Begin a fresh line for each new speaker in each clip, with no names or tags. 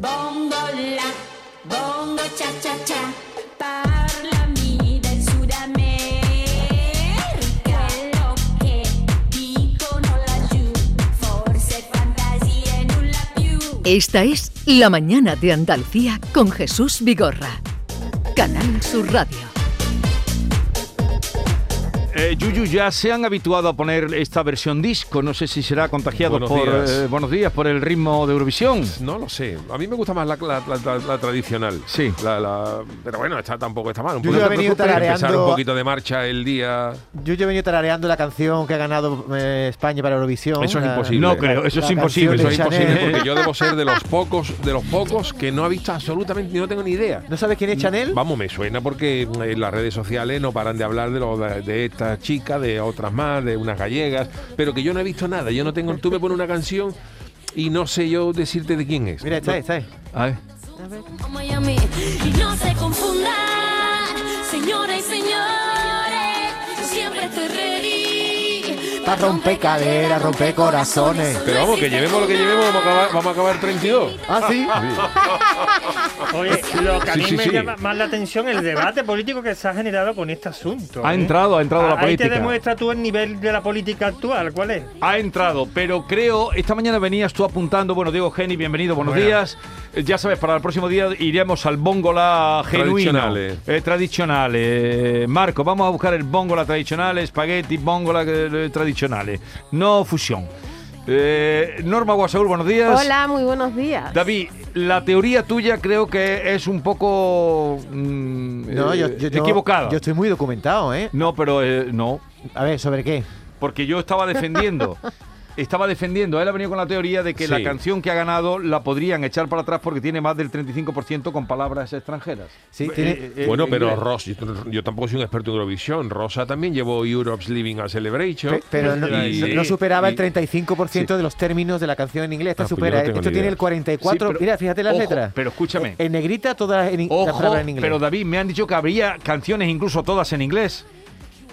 Bongo la, bongo cha cha cha. Parlami del Sudamerica. Quello che dicono laggiù. Forse fantasia e nulla più.
Esta es La Mañana de Andalucía con Jesús Vigorra. Canal Sur Radio.
Eh, Yuyu, ya se han habituado a poner esta versión disco. No sé si será contagiado
Buenos
por
días.
eh, buenos días, por el ritmo de Eurovisión.
No lo sé. A mí me gusta más la, la- la- la- la tradicional.
Sí.
La- la- pero bueno, esta tampoco está mal. Un
Yo
poquito-
ya he venido
empezar
tarareando-
un poquito de marcha el día.
Yo ya he venido tarareando la canción que ha ganado eh, España para Eurovisión.
Eso es
la-
imposible.
No creo, eso
la
es imposible,
Eso
canción de
es
Chanel.
imposible porque yo debo ser de los pocos, de los pocos que no ha visto absolutamente, no tengo ni idea.
¿No sabes quién es Chanel?
Vamos, me suena porque en las redes sociales no paran de hablar de, lo, de, de esta chica, de otras más, de unas gallegas, pero que yo no he visto nada. Yo no tengo. Tú me pones una canción y no sé yo decirte de quién es.
Mira, está,
No-
está.
A ver.
Miami. Y no se confundan, señoras y señores. Yo siempre estoy ready.
Pa' romper caderas, romper corazones.
Pero vamos, que llevemos lo que llevemos, vamos a acabar, vamos a acabar 32.
Ah, sí.
Oye, lo que a
Sí,
mí
sí,
me
sí.
llama más la atención el debate político que se ha generado con este asunto.
Ha
¿eh?
entrado, ha entrado la
Ahí te
política.
demuestra tú el nivel de la política actual, ¿cuál es?
Ha entrado, pero creo, esta mañana venías tú apuntando, bueno, Diego Geni, bienvenido, buenos
Buenas.
días. Eh, Ya sabes, para el próximo día iremos al bongola genuino.
Tradicionales.
Eh, tradicionales. Eh, Marco, vamos a buscar el bongola tradicional, espagueti, bongola eh, tradicionales. No fusión. Eh, Norma Guasaúl, buenos días.
Hola, muy buenos días.
David, la teoría tuya creo que es un poco mm,
No,
eh,
yo, yo- yo-
equivocada.
Yo estoy muy documentado, ¿eh?
No, pero eh, no,
A ver, ¿sobre qué?
porque yo estaba defendiendo. Estaba defendiendo, él ha venido con la teoría de que
Sí.
la canción que ha ganado la podrían echar para atrás porque tiene más del 35% con palabras extranjeras. Eh,
Sí, tiene- eh,
Bueno,
en
pero
inglés.
Ross, yo, yo tampoco soy un experto en Eurovisión. Rosa también llevó Europe's Living a Celebration.
Pe- Pero no,
Y-
no- no superaba
y-
el 35% de los términos de la canción en inglés. Esta
Ah, pues yo
supera.
no tengo
Esto
ni
tiene
idea.
el 44.
Sí, pero-
mira, fíjate las
ojo,
letras.
pero escúchame.
En negrita todas en, in- las
Ojo,
palabras en inglés.
pero David, me han dicho que habría canciones incluso todas en inglés.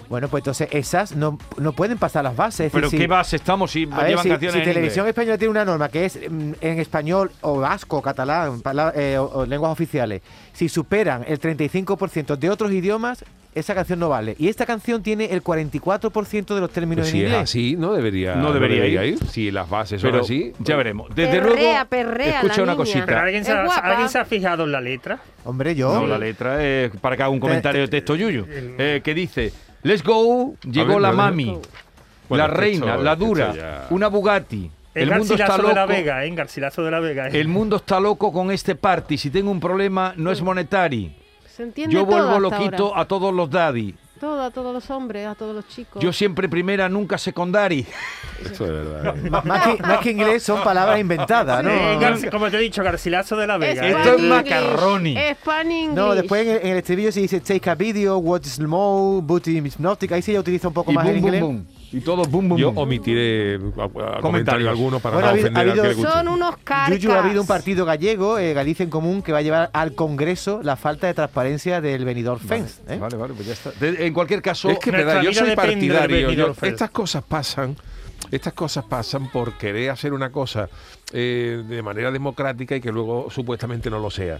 Bueno, pues entonces esas no, no pueden pasar las bases. es
Pero
decir,
¿qué base estamos si
A ver,
Pues llevan
si,
canciones
si
en
Televisión
inglés?
Española tiene una norma que es mm, en español o vasco, catalán, pala- eh, o, o lenguas oficiales, si superan el 35% de otros idiomas, esa canción no vale. Y esta canción tiene el 44% de los términos
Pues
en
si es
inglés.
así, no debería,
No debería ir.
Si las bases son
Pero
así.
ya veremos. Desde
Perrea,
luego,
perrea la
escucha una
niña.
cosita.
Pero alguien se,
Es
ha-
guapa.
alguien se ha fijado en la letra.
Hombre, yo.
No, la letra es para que haga un comentario de texto yuyo. eh, que dice, let's go, llegó
ver,
la
a ver.
mami, la
Bueno, esto-
reina, la
esto
dura,
ya-
una Bugatti.
El,
El, mundo
Garcilaso
está loco.
de la Vega, ¿eh? Garcilaso de la Vega. ¿eh?
El mundo está loco con este party. Si tengo un problema, no es monetario.
Se entiende
Yo
todo
vuelvo
hasta
loquito
ahora.
a todos los daddy.
Todo, a todos los hombres, a todos los chicos.
Yo siempre primera, nunca secundari.
Esto de verdad. eh.
Ma- más, que, más que inglés son palabras inventadas, ¿no?
Eh, Garci- como te he dicho, Garcilaso de la
Es
Vega.
Esto
¿eh?
es
Spanish,
macarroni.
es pan English.
No, después en el, en el estribillo se dice take a video, watch slow, booty hypnotic. Ahí sí ya utiliza un poco
Y
más el
boom, boom,
inglés.
boom. Y todo boom, boom,
Yo
boom.
omitiré a- a comentario alguno para
Bueno,
no
ha habido-
ofender
ha habido-
al que le guste.
Son unos carcas.
Yuyu, ha habido un partido gallego, eh, Galicia en Común, que va a llevar al Congreso la falta de transparencia del venidor Fence. ¿eh?
Vale, vale, pues ya está. De- en cualquier caso,
Es que es
Nuestra
verdad, yo
vida
soy
depende del
partidario.
venidor,
yo-
Fred.
estas cosas pasan. Estas cosas pasan por querer hacer una cosa eh, de manera democrática y que luego supuestamente no lo sea.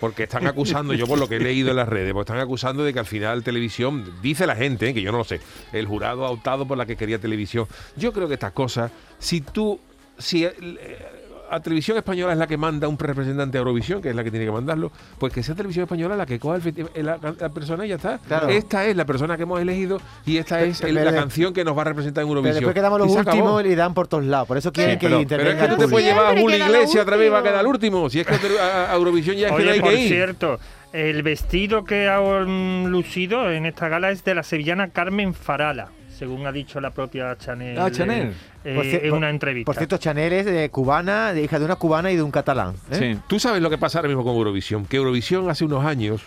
Porque están acusando, yo por lo que he leído en las redes, pues están acusando de que al final televisión, dice la gente, eh, que yo no lo sé, el jurado ha optado por la que quería televisión. Yo creo que estas cosas, si tú, si eh, a Televisión Española es la que manda un representante a Eurovisión, que es la que tiene que mandarlo, pues que sea Televisión Española la que coja el festi- la, la persona y ya está.
Claro.
Esta es la persona que hemos elegido y esta es
Pero-
el- la
pero-
canción que nos va a representar en
Pero
Eurovisión.
después quedamos los
Y se acabó.
últimos y le dan por todos lados. Por eso quieren que
Pero, pero es
intervenga
que tú
el
te puedes
público.
llevar a
Siempre
Julio
queda lo
Iglesias otra vez y va a
último.
quedar el último. Si es que a, a Eurovisión ya es que no
Oye,
hay
por
que ir.
cierto, el vestido que ha mm, lucido en esta gala es de la sevillana Carmen Farala, según ha dicho la propia Chanel,
Ah, Chanel.
eh,
Por cier-
en
por-
una entrevista.
Por cierto, Chanel es eh, cubana, de hija de una cubana y de un catalán. ¿eh?
Sí.
Tú sabes lo que pasa ahora mismo con Eurovisión, que Eurovisión hace unos años,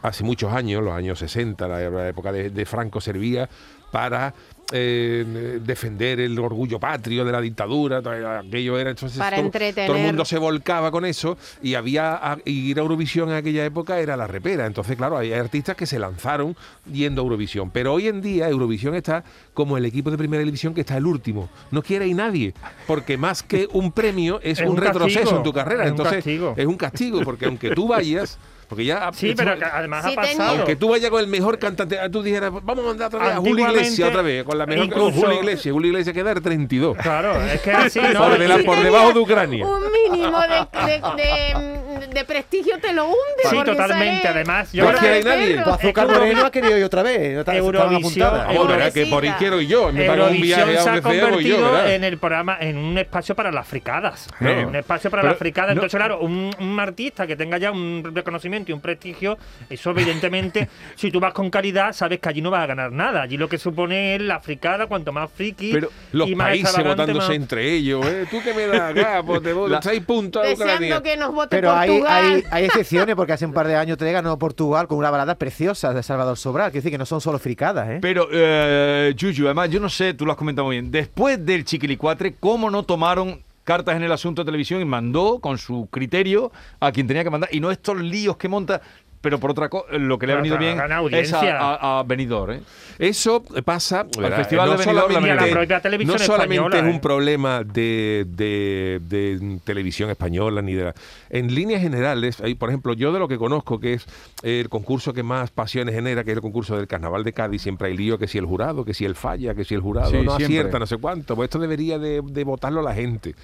hace muchos años, los años 60, la, la época de, de Franco servía, para eh, defender el orgullo patrio de la dictadura, to- aquello era entonces
Para
todo, todo el
entretener.
mundo se volcaba con eso y había a- y ir a Eurovisión en aquella época era la repera, entonces claro, hay artistas que se lanzaron yendo a Eurovisión, pero hoy en día Eurovisión está como el equipo de primera división que está el último, no quiere ir nadie, porque más que un premio es,
Es
un,
un
retroceso
castigo,
en tu carrera,
es un
entonces
castigo.
es un castigo porque aunque tú vayas, porque ya
Sí, pero ah, que además
Sí,
ha pasado.
tenía-
aunque tú vayas con el mejor cantante, ah, tú dijeras, vamos a mandar otra vez a Julio
Antiguamente,
Iglesias, otra vez, con la mejor con
incluso-
Julio Iglesias. Julio Iglesias queda el 32.
Claro, es que así no.
por, de la-
Sí
por
tenía
debajo de Ucrania.
Un mínimo de, de- de- de prestigio te lo hunde.
Sí,
porque
totalmente,
sale
además,
yo
cola
creo que
de
hay nadie.
perro.
Pues Azúcar
Euro-
Moreno ha querido ir otra vez. Está- estaban
Eh, Eurovisión, Eh,
apuntadas.
Vamos, verás Ah, que por
Pobrecita.
izquierdo y yo, me pago un
Eurovisión
viaje a
se ha
donde sea, voy yo,
convertido
¿verdad?
en el programa en un espacio para las fricadas.
No.
¿eh? Un espacio para
Pero
las fricadas.
no-
Entonces, claro, un, un artista que tenga ya un reconocimiento y un prestigio, eso evidentemente, si tú vas con calidad, sabes que allí no vas a ganar nada. Allí lo que supone es la fricada, cuanto más friki
Pero los
y más
países
extravagante,
votándose
más-
entre ellos, ¿eh? Tú que me das acá, pues te voy
La-
6 puntos a Ucrania.
Deseando que nos vote
Pero hay,
Portugal.
hay, hay excepciones, porque hace un par de años te ganó Portugal con una balada preciosa de Salvador Sobral. Quiere decir que no son solo fricadas, ¿eh?
Pero, eh, Yuyu, además, yo no sé, tú lo has comentado muy bien. Después del chiquilicuatre, ¿cómo no tomaron cartas en el asunto de televisión y mandó con su criterio a quien tenía que mandar? Y no estos líos que monta. Pero por otra cosa, lo que le ha
Pero
venido
gana
bien es
audiencia.
a, a- a Benidorm, ¿eh?
Eso pasa. verá,
Festival
no
de Benidorm, la
solamente-
Benidorm.
propia televisión
no solamente
española,
es
¿eh?
un problema de, de- de televisión española ni de la- En líneas generales, hay, por ejemplo, yo de lo que conozco, que es el concurso que más pasiones genera, que es el concurso del Carnaval de Cádiz, siempre hay lío que si el jurado, que si el falla, que si el jurado
Sí,
no
siempre.
acierta, no sé cuánto. Pues esto debería de, de votarlo la gente.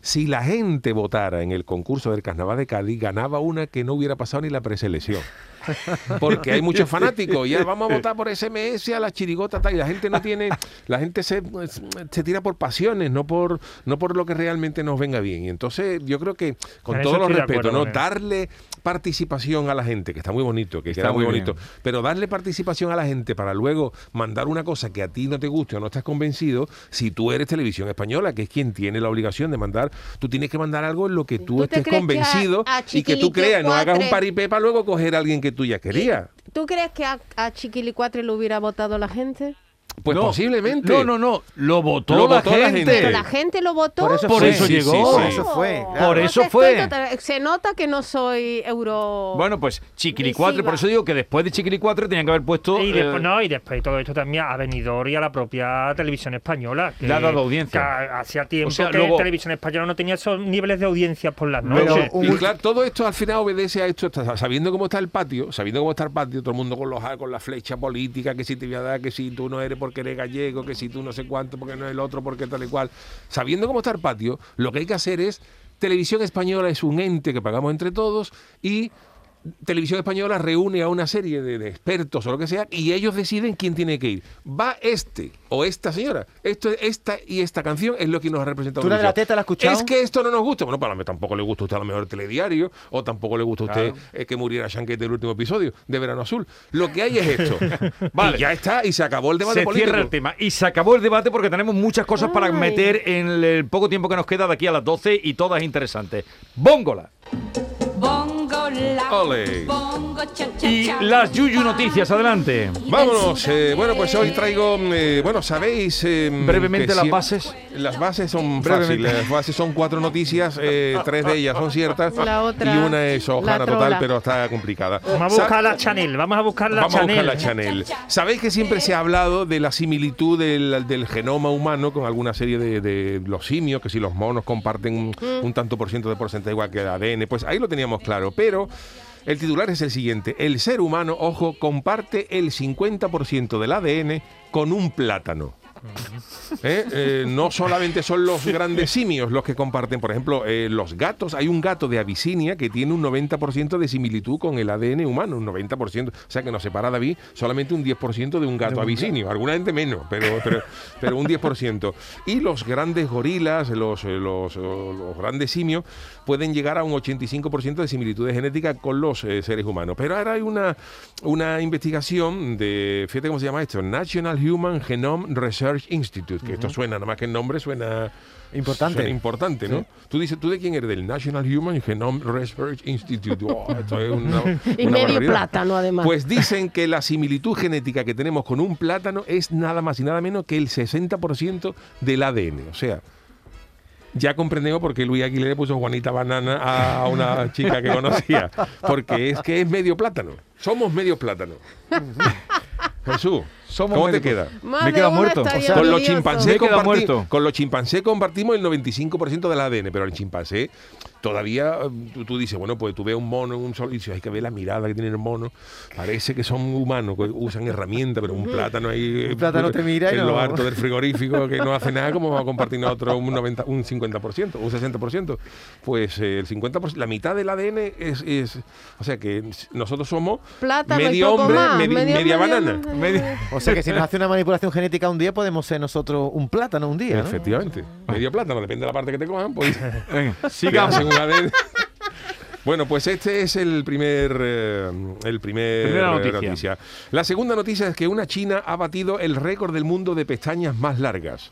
Si la gente votara en el concurso del Carnaval de Cádiz, ganaba una que no hubiera pasado ni la preselección. Porque hay muchos fanáticos. Ya vamos a votar por SMS a la chirigota tal. Y la gente no tiene. La gente se, pues, se tira por pasiones, no por, no por lo que realmente nos venga bien. Y entonces yo creo que, con
En eso
todo los
estoy de
respeto,
acuerdo
¿no?
con él.
darle participación a la gente, que está muy bonito, que
Está
queda muy
muy bien.
bonito. Pero darle participación a la gente para luego mandar una cosa que a ti no te guste o no estás convencido, si tú eres televisión española, que es quien tiene la obligación de mandar, tú tienes que mandar algo en lo que
¿Tú
tú,
te
estés
crees que a-
convencido
a
y que tú
Chiquilique
creas, no hagas un
Cuatre-
paripé para luego coger a alguien que tú ya querías.
¿Tú crees que a, a Chiquilicuatre le hubiera votado la gente?
Pues
No,
posiblemente.
No, no, no. Lo votó,
Lo
la,
votó la
gente.
gente.
Pero la gente lo votó.
Por eso,
Por
fue.
eso
Sí, sí,
llegó.
sí,
Por
sí.
eso fue.
Por
No te
eso
estoy
fue.
total- Se nota que no soy euro.
Bueno, pues Chiquilicuatre,
Misiva.
por eso digo que después de Chiquilicuatre tenían que haber puesto.
Y después,
eh,
no, y después todo esto también a Benidorm y a la propia televisión española. Que,
Le ha dado audiencia.
que ha- hacía tiempo
O sea,
que
luego-
televisión española no tenía esos niveles de audiencias por las
Pero
noches.
un
Y
ulti-
claro, todo esto al final obedece a esto, está- sabiendo cómo está el patio, sabiendo cómo está el patio, todo el mundo con los con la flecha política, que si te voy a dar, que si tú no eres porque eres gallego, que si tú no sé cuánto, porque no es el otro, porque tal y cual. Sabiendo cómo está el patio, lo que hay que hacer es, televisión española es un ente que pagamos entre todos y... Televisión Española reúne a una serie de, de expertos o lo que sea y ellos deciden quién tiene que ir. Va este o esta señora. Esto, esta y esta canción es lo que nos ha representado.
¿Tú la de la
Eurovisión.
teta la has escuchado?
Es que esto no nos gusta. Bueno, para mí tampoco le gusta a usted a lo mejor el telediario, o tampoco le gusta a usted eh, que muriera Shanket del último episodio de Verano Azul. Lo que hay es esto.
Vale.
Y ya está, y se acabó el debate
se
político.
cierra el tema. Y se acabó el debate porque tenemos muchas cosas para
Ay.
meter en el, el poco tiempo que nos queda de aquí a las 12 y todas interesantes. Bóngola.
Bongo la,
Ole.
bongo cha cha
Y
cha. Ah,
las Yuyu Noticias, adelante.
Vámonos. eh, bueno, pues hoy traigo. eh, bueno, sabéis. eh,
Brevemente
que
las
siem-
bases.
Las bases son
Brevemente.
fáciles. Las bases son cuatro noticias. eh, tres de ellas son ciertas.
La otra,
y una es hojana
la
total,
trola.
pero está complicada.
Vamos a
Sa-
buscar la Chanel, vamos a buscar la
Vamos
Chanel.
a buscar la Chanel. Sabéis que siempre se ha hablado de la similitud del, del genoma humano con alguna serie de, de los simios, que si los monos comparten un,
Mm.
un tanto por ciento de porcentaje igual que el ADN, pues ahí lo teníamos claro. Pero el titular es el siguiente: el ser humano, ojo, comparte el 50% del ADN con un plátano. ¿Eh? Eh, no solamente son los grandes simios los que comparten, por ejemplo, eh, los gatos. Hay un gato de Abisinia que tiene un 90% de similitud con el ADN humano, un 90%. O sea que nos separa David solamente un 10% de un gato abisinio. Alguna gente menos, pero, pero, pero un 10%. Y los grandes gorilas, los, eh, los, o- los grandes simios, pueden llegar a un 85% de similitudes genéticas con los eh, seres humanos. Pero ahora hay una, una investigación de, fíjate cómo se llama esto, National Human Genome Research Research Institute, que esto suena, nada más que el nombre suena
Importante.
suena importante, ¿no? Tú dices, ¿tú de quién eres? Del National Human Genome Research Institute. Oh, esto es una,
Y
una
medio
barbaridad.
plátano, además.
Pues dicen que la similitud genética que tenemos con un plátano es nada más y nada menos que el 60% del ADN. O sea, ya comprendemos por qué Luis Aguilera puso Juanita Banana a una chica que conocía. Porque es que es medio plátano. Somos medio plátano. Jesús,
Somos
¿cómo te
medio
queda?
Más
Me
de
queda
uno
muerto.
estaría
O sea,
Con los,
orgulloso.
chimpancés
Me he quedado
comparti-
muerto.
con los chimpancés compartimos el 95% del ADN, pero el chimpancé todavía, eh, tú, tú dices, bueno, pues tú ves un mono, un sol, y dices, hay que ver la mirada que tiene el mono, parece que son humanos, que usan herramientas, pero un plátano ahí... eh,
Un plátano te mira y
En lo
no.
harto del frigorífico, que no hace nada, ¿cómo va a compartir nosotros un, 90, un 50%, un 60%? Pues eh, el 50%, la mitad del ADN es... es- o sea que nosotros somos
Plátano y
medio
poco
hombre,
más,
medi-
medio-
media
medio-
banana.
Medio-
O sea que si nos hace una manipulación genética un día, podemos ser nosotros un plátano un día. ¿no?
Efectivamente. Medio plátano, depende de la parte que te cojan, pues.
Venga,
Sigamos.
sigamos.
en una de- Bueno, pues este es el primer eh, el primer
Primera
eh,
noticia.
La segunda noticia es que una china ha batido el récord del mundo de pestañas más largas.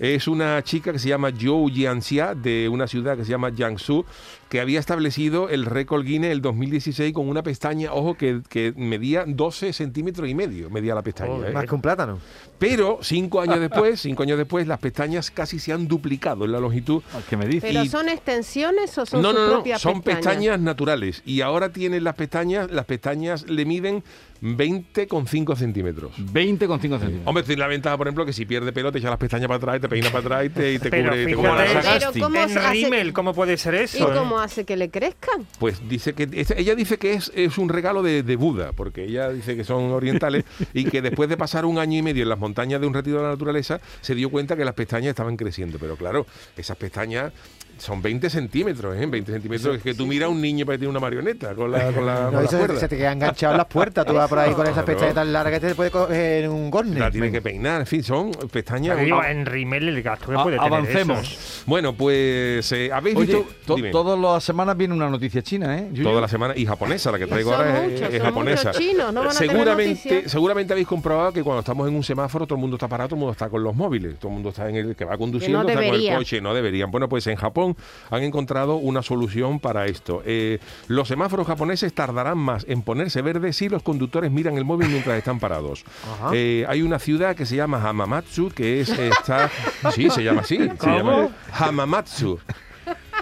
Es una chica que se llama Zhou Jianxia de una ciudad que se llama Jiangsu que había establecido el récord Guinness el 2016 con una pestaña, ojo, que, que medía 12 centímetros y medio, medía la pestaña.
Joder.
¿eh?
Más que un plátano.
Pero cinco años después, cinco años después, las pestañas casi se han duplicado en la longitud.
¿Qué me dices?
¿Pero
y-
son extensiones o son
no,
sus
no, no,
propias
son pestañas naturales. Y ahora tienen las pestañas, las pestañas le miden 20,5 centímetros.
Mm.
20,5 centímetros.
Hombre, tiene la ventaja, por ejemplo, que si pierde pelo, te echa las pestañas para atrás, te peina para atrás y te, y te
Pero
cubre. y te
fíjate-
cubre la
Pero
saga.
¿cómo
en
se hace-
Rimmel, ¿cómo puede ser
¿Y
eso? eh?
cómo hace que le crezcan?
Pues dice que es- ella dice que es, es un regalo de, de Buda, porque ella dice que son orientales y que después de pasar un año y medio en las montañas de un retiro de la naturaleza, se dio cuenta que las pestañas estaban creciendo. Pero claro, esas pestañas son 20 centímetros, ¿eh? 20 centímetros. Es que tú miras a un niño para tiene una marioneta con la, Ah, con la-
No,
con la
eso se-
cuerda.
se te queda enganchado en las puertas. Tú vas por ahí con esas
Claro.
pestañas tan largas que te puede coger en un gorne.
La tienen que peinar, en fin, son
Te
pestañas.
digo, eh. en Rimmel el gasto que
A-
puede tener eso. ¿eh?
avancemos.
Bueno, pues eh, habéis
Oye,
visto
to-
Dime.
todas las semanas viene una noticia china, ¿eh? Yuyu?
toda la semana y japonesa la que traigo
son
ahora es-
muchos,
es,
son
japonesa
muchos chinos, no van a tener
seguramente
noticias.
seguramente habéis comprobado que cuando estamos en un semáforo todo el mundo está parado todo el mundo está con los móviles todo el mundo está en el que va conduciendo está con el
debería.
coche no deberían bueno pues en Japón han encontrado una solución para esto Eh, los semáforos japoneses tardarán más en ponerse verdes si los conductores miran el móvil mientras están parados
Ajá.
Eh, hay una ciudad que se llama Hamamatsu que es está sí se llama así se
¿Cómo?
llama Hamamatsu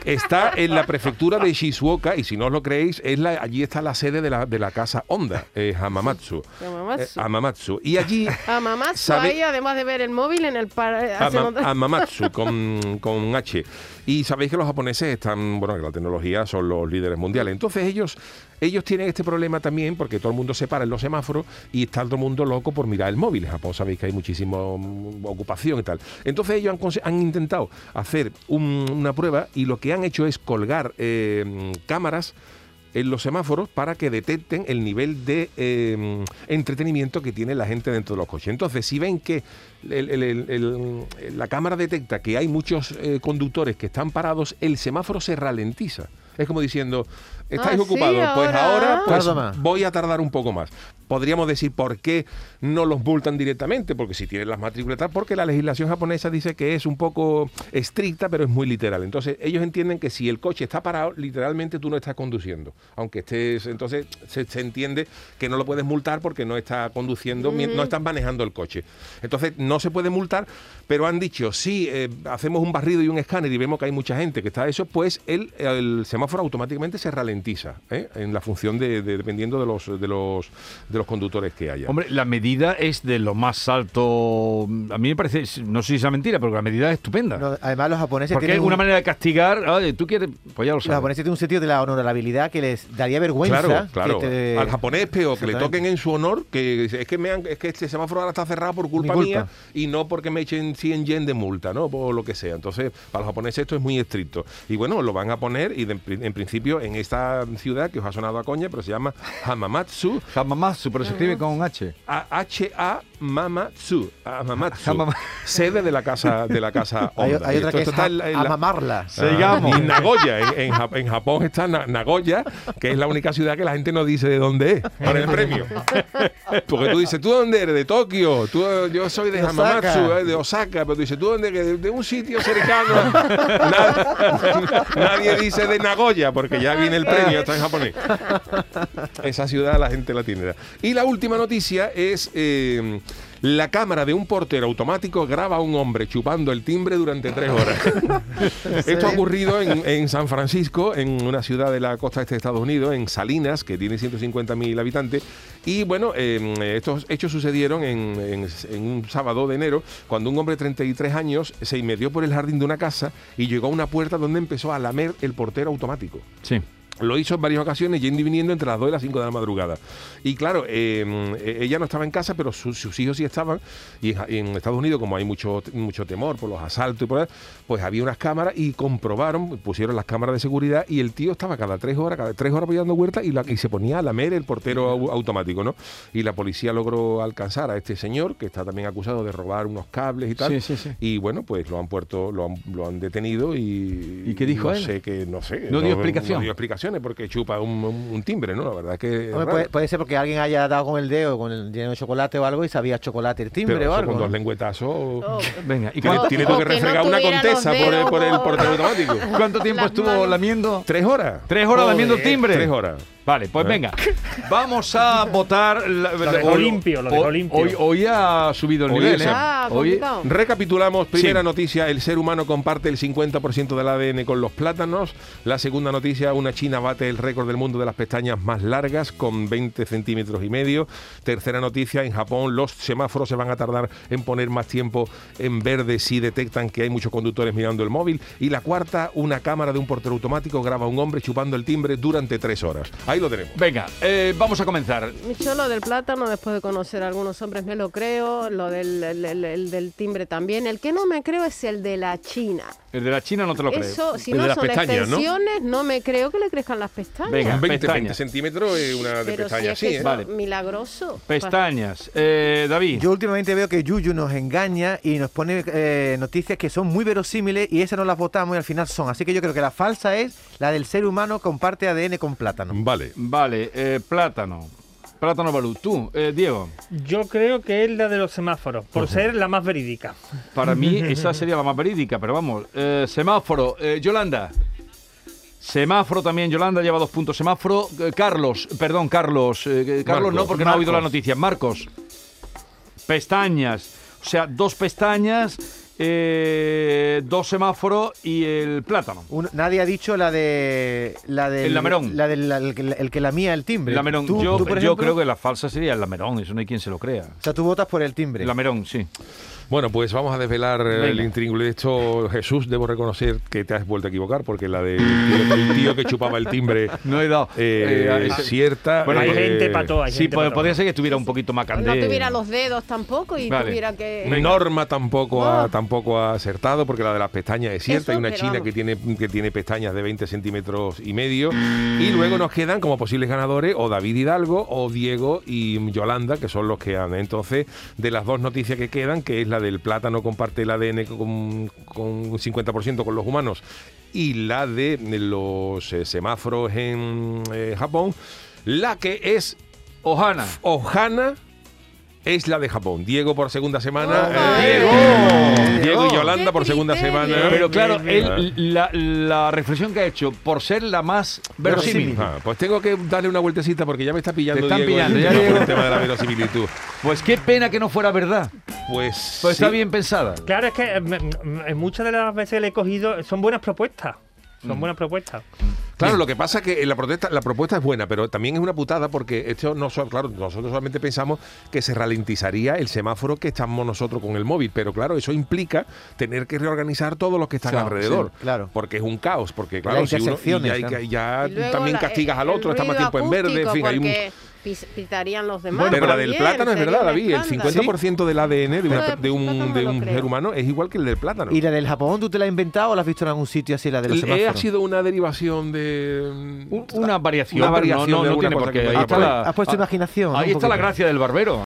Está en la prefectura de Shizuoka y si no os lo creéis, es la, allí está la sede de la, de la casa Honda, eh, Hamamatsu.
Hamamatsu.
Eh, Hamamatsu. Y allí...
A mamá su
¿Sabe-
ahí, además de ver el móvil en el par... eh, hace
Ama-
otra-
Hamamatsu con, con H. Y sabéis que los japoneses están, bueno, que la tecnología son los líderes mundiales. Entonces ellos, ellos tienen este problema también porque todo el mundo se para en los semáforos y está todo el mundo loco por mirar el móvil. En Japón sabéis que hay muchísima mm, ocupación y tal. Entonces ellos han, conse- han intentado hacer un- una prueba y lo que han hecho es colgar eh, mm, cámaras en los semáforos para que detecten el nivel de eh, entretenimiento que tiene la gente dentro de los coches. Entonces, si ven que el- el- el- el- la cámara detecta que hay muchos eh, conductores que están parados, el semáforo se ralentiza. Es como diciendo, estáis
Ah, sí,
ocupados, pues
ahora.
ahora pues,
Tardo más.
voy a tardar un poco más. Podríamos decir por qué no los multan directamente, porque si tienen las matrículas, y tal, porque la legislación japonesa dice que es un poco estricta, pero es muy literal. Entonces, ellos entienden que si el coche está parado, literalmente tú no estás conduciendo. Aunque estés, entonces se, se entiende que no lo puedes multar porque no está conduciendo, mien- no estás manejando el coche. Entonces, no se puede multar, pero han dicho, si eh, hacemos un barrido y un escáner y vemos que hay mucha gente que está eso, pues el, el semáforo automáticamente se ralentiza ¿eh? en la función de, de- dependiendo de los, de los de los conductores que haya.
Hombre, la medida es de lo más alto. A mí me parece, no sé si sea mentira, pero la medida es estupenda.
No, además, los japoneses
Porque hay
tienen
una
un-
manera de castigar. Oye, tú quieres. Pues ya lo
Los
sabes.
japoneses tienen un sentido de la honorabilidad que les daría vergüenza.
Claro,
que
claro.
te-
Al japonés es peor que le
Exactamente.
toquen en su honor que dice, es que me han- es que este semáforo ahora está cerrado por culpa,
culpa.
mía y no porque me echen 100 yen de multa, ¿no? O lo que sea. Entonces, para los japoneses esto es muy estricto. Y bueno, lo van a poner y de- en principio en esta esta ciudad que os ha sonado a coña, pero se llama Hamamatsu.
Hamamatsu, pero se escribe con H.
A- H-A Mamatsu. Hamamatsu.
Hamama-
Sede de la casa de la casa
Hay,
Honda.
hay
Y
otra
esto-
que
esto
es
está
a,
en la- en
a
la-
mamarla.
Sigamos.
Y Nagoya, en, en Ja- en Japón está Na- Nagoya, que es la única ciudad que la gente no dice de dónde es, con el premio. Porque tú dices, ¿tú dónde eres? De Tokio, tú, eh, yo soy de
De Osaka.
Hamamatsu, eh, de Osaka, pero tú dices, ¿tú dónde eres? De, de un sitio cercano. Na- nadie dice de Nagoya, porque ya viene el premio, está en japonés. Esa ciudad la gente la tiene. Y la última noticia es... eh, la cámara de un portero automático graba a un hombre chupando el timbre durante tres horas. Esto ha ocurrido en, en San Francisco, en una ciudad de la costa este de Estados Unidos, en Salinas, que tiene 150.000 habitantes. Y bueno, eh, estos hechos sucedieron en, en- en un sábado de enero, cuando un hombre de 33 años se metió por el jardín de una casa y llegó a una puerta donde empezó a lamer el portero automático.
Sí.
Lo hizo en varias ocasiones, yendo y viniendo entre las 2 y las 5 de la madrugada. Y claro, eh, eh, ella no estaba en casa, pero su- sus hijos sí estaban. Y ja- en Estados Unidos, como hay mucho, mucho temor por los asaltos y por ahí, pues había unas cámaras y comprobaron, pusieron las cámaras de seguridad y el tío estaba cada tres horas, cada tres horas apoyando huerta y, la- y se ponía a lamer el portero au- automático, ¿no? Y la policía logró alcanzar a este señor, que está también acusado de robar unos cables y tal.
Sí, sí, sí.
Y bueno, pues lo han puesto, lo han, lo han detenido y...
¿Y qué dijo
no
él?
Sé que, no sé.
No dio explicación.
no dio explicaciones porque chupa un, un- un timbre, ¿no? La verdad es que. es
Hombre,
raro.
puede, puede ser porque alguien haya dado con el dedo, con el lleno de chocolate o algo y sabía chocolate el timbre
Pero eso
o algo.
con dos
¿no?
lengüetazos.
Venga, ¿y
Tiene,
cuánto,
tiene tú
o
que
que Oh. no
refregar una
tuviera los
contesa por el, por el
dedos.
portero automático.
cuánto tiempo
Las
estuvo
manos.
lamiendo?
¿Tres horas?
¿Tres horas lamiendo el
Joder,
timbre?
Tres horas.
Vale, pues
Eh.
venga. Vamos a votar. la-
Lo dejó
hoy-
limpio, lo dejó
hoy-
limpio.
Hoy, hoy ha subido el
Hoy
nivel,
es-
¿eh?
Ah,
Hoy-
complicado.
Recapitulamos, primera
Sí.
noticia, el ser humano comparte el 50% del ADN con los plátanos. La segunda noticia, una china bate el récord del mundo de las pestañas más largas con 20 centímetros y medio. Tercera noticia, en Japón los semáforos se van a tardar en poner más tiempo en verde si detectan que hay muchos conductores mirando el móvil. Y la cuarta, una cámara de un portero automático graba a un hombre chupando el timbre durante tres horas. Ahí lo tenemos.
Venga, eh, vamos a comenzar.
Yo lo del plátano, después de conocer a algunos hombres, me lo creo. Lo del, el- el- el del timbre también. El que no me creo es el de la China.
El de la China no te lo crees.
Eso, si
El de
no
las
son
pestañas, ¿no?
extensiones, ¿no? me creo que le crezcan las pestañas.
Venga,
Con 20,
pestañas.
20 centímetros, eh, una de
Pero si
pestañas,
es que
sí. ¿eh?
eso
Vale.
milagroso.
Pestañas. Eh, David.
Yo últimamente veo que Yuyu nos engaña y nos pone eh, noticias que son muy verosímiles y esas no las votamos y al final son. Así que yo creo que la falsa es la del ser humano comparte ADN con plátano.
Vale.
Vale, eh, plátano. Plátano Balú. Tú, eh, Diego.
Yo creo que es la de los semáforos, por ser la más verídica.
Para mí esa sería la más verídica, pero vamos. eh, semáforo, eh, Yolanda. Semáforo también, Yolanda lleva dos puntos. Semáforo, eh, Carlos, perdón, Carlos. eh, eh, Carlos no,
Marcos.
porque no ha oído la
Marcos.
noticia. Marcos. Pestañas. O sea, dos pestañas, eh, dos semáforos y el plátano.
Uno- nadie ha dicho la de. La del,
El lamerón.
La del la- el, que- el que lamía el timbre.
Lamerón.
Tú-
yo
tú, por
yo
ejemplo,
creo que la falsa sería el lamerón, eso no hay quien se lo crea.
O sea, tú votas por el timbre.
Lamerón, sí.
Bueno, pues vamos a desvelar eh, el
Venga.
intríngulo de esto. Jesús, debo reconocer que te has vuelto a equivocar porque la del tío, el tío que chupaba el timbre
No he dado.
eh,
Eh,
es
ese-
cierta.
Bueno,
hay
eh,
gente pató, hay
sí,
gente
po-
pató.
podría ser que estuviera un poquito más
Pues,
candente.
no tuviera los dedos tampoco y
Vale.
tuviera que.
Norma tampoco ha, tampoco ha acertado porque la de las pestañas es cierta.
Ah. Eso,
Hay una
pero
china
vamos.
que tiene, que tiene pestañas de 20 centímetros y medio. Y luego nos quedan como posibles ganadores o David Hidalgo o Diego y Yolanda, que son los que han. Entonces, de las dos noticias que quedan, que es la del plátano comparte el ADN con, con un 50% con los humanos y la de los eh, semáforos en eh, Japón, la que es
Ojana.
Ohana es la de Japón. Diego por segunda semana. eh,
Ojalá.
Diego. Diego y Yolanda
Qué
por segunda
criterio.
semana.
Pero claro,
bien,
él- la, la reflexión que ha hecho, por ser la más verosímil,
Ah, pues tengo que darle una vueltecita porque ya me está pillando
Te están
Diego,
pillando,
el,
ya,
tema
Diego.
por el tema de la verosimilitud.
pues qué pena que no fuera verdad.
Pues,
Pues está
sí.
bien pensada.
Claro, es que eh, me- me- muchas de las veces le he cogido, son buenas propuestas.
Mm.
Son buenas propuestas.
Claro, lo que pasa es que la protesta, la propuesta es buena, pero también es una putada porque esto no so- claro, nosotros solamente pensamos que se ralentizaría el semáforo que estamos nosotros con el móvil, pero claro, eso implica tener que reorganizar todos los que están
Claro,
alrededor,
sí, claro.
porque es un caos, porque
las
claro, si uno y
intersecciones,
ya, hay que-
claro.
ya
Y luego
también
la- eh,
castigas al
el
otro, está más
ruido
tiempo en verde, en
acústico,
fin, hay un,
porque pis- pitarían los demás.
Pero la
también,
del plátano es
sería
verdad,
un
David. El
escándalo.
50% del ADN de, una-
Pero el
de un,
plátano
de
no
un
creo.
ser humano es igual que el del plátano.
¿Y la del Japón tú te la has inventado o la has visto en algún sitio así, la de los
Eh, ha
semáforos?
sido una derivación de.
Un- Una variación,
Una
pero
variación
no, no,
de
no
alguna
tiene
cosa
por
que
qué.
puede
Ahí
haber
está
por ahí.
la-
Has puesto
ah,
imaginación, ¿no?
Ahí
Un
está la
poquito.
gracia del barbero.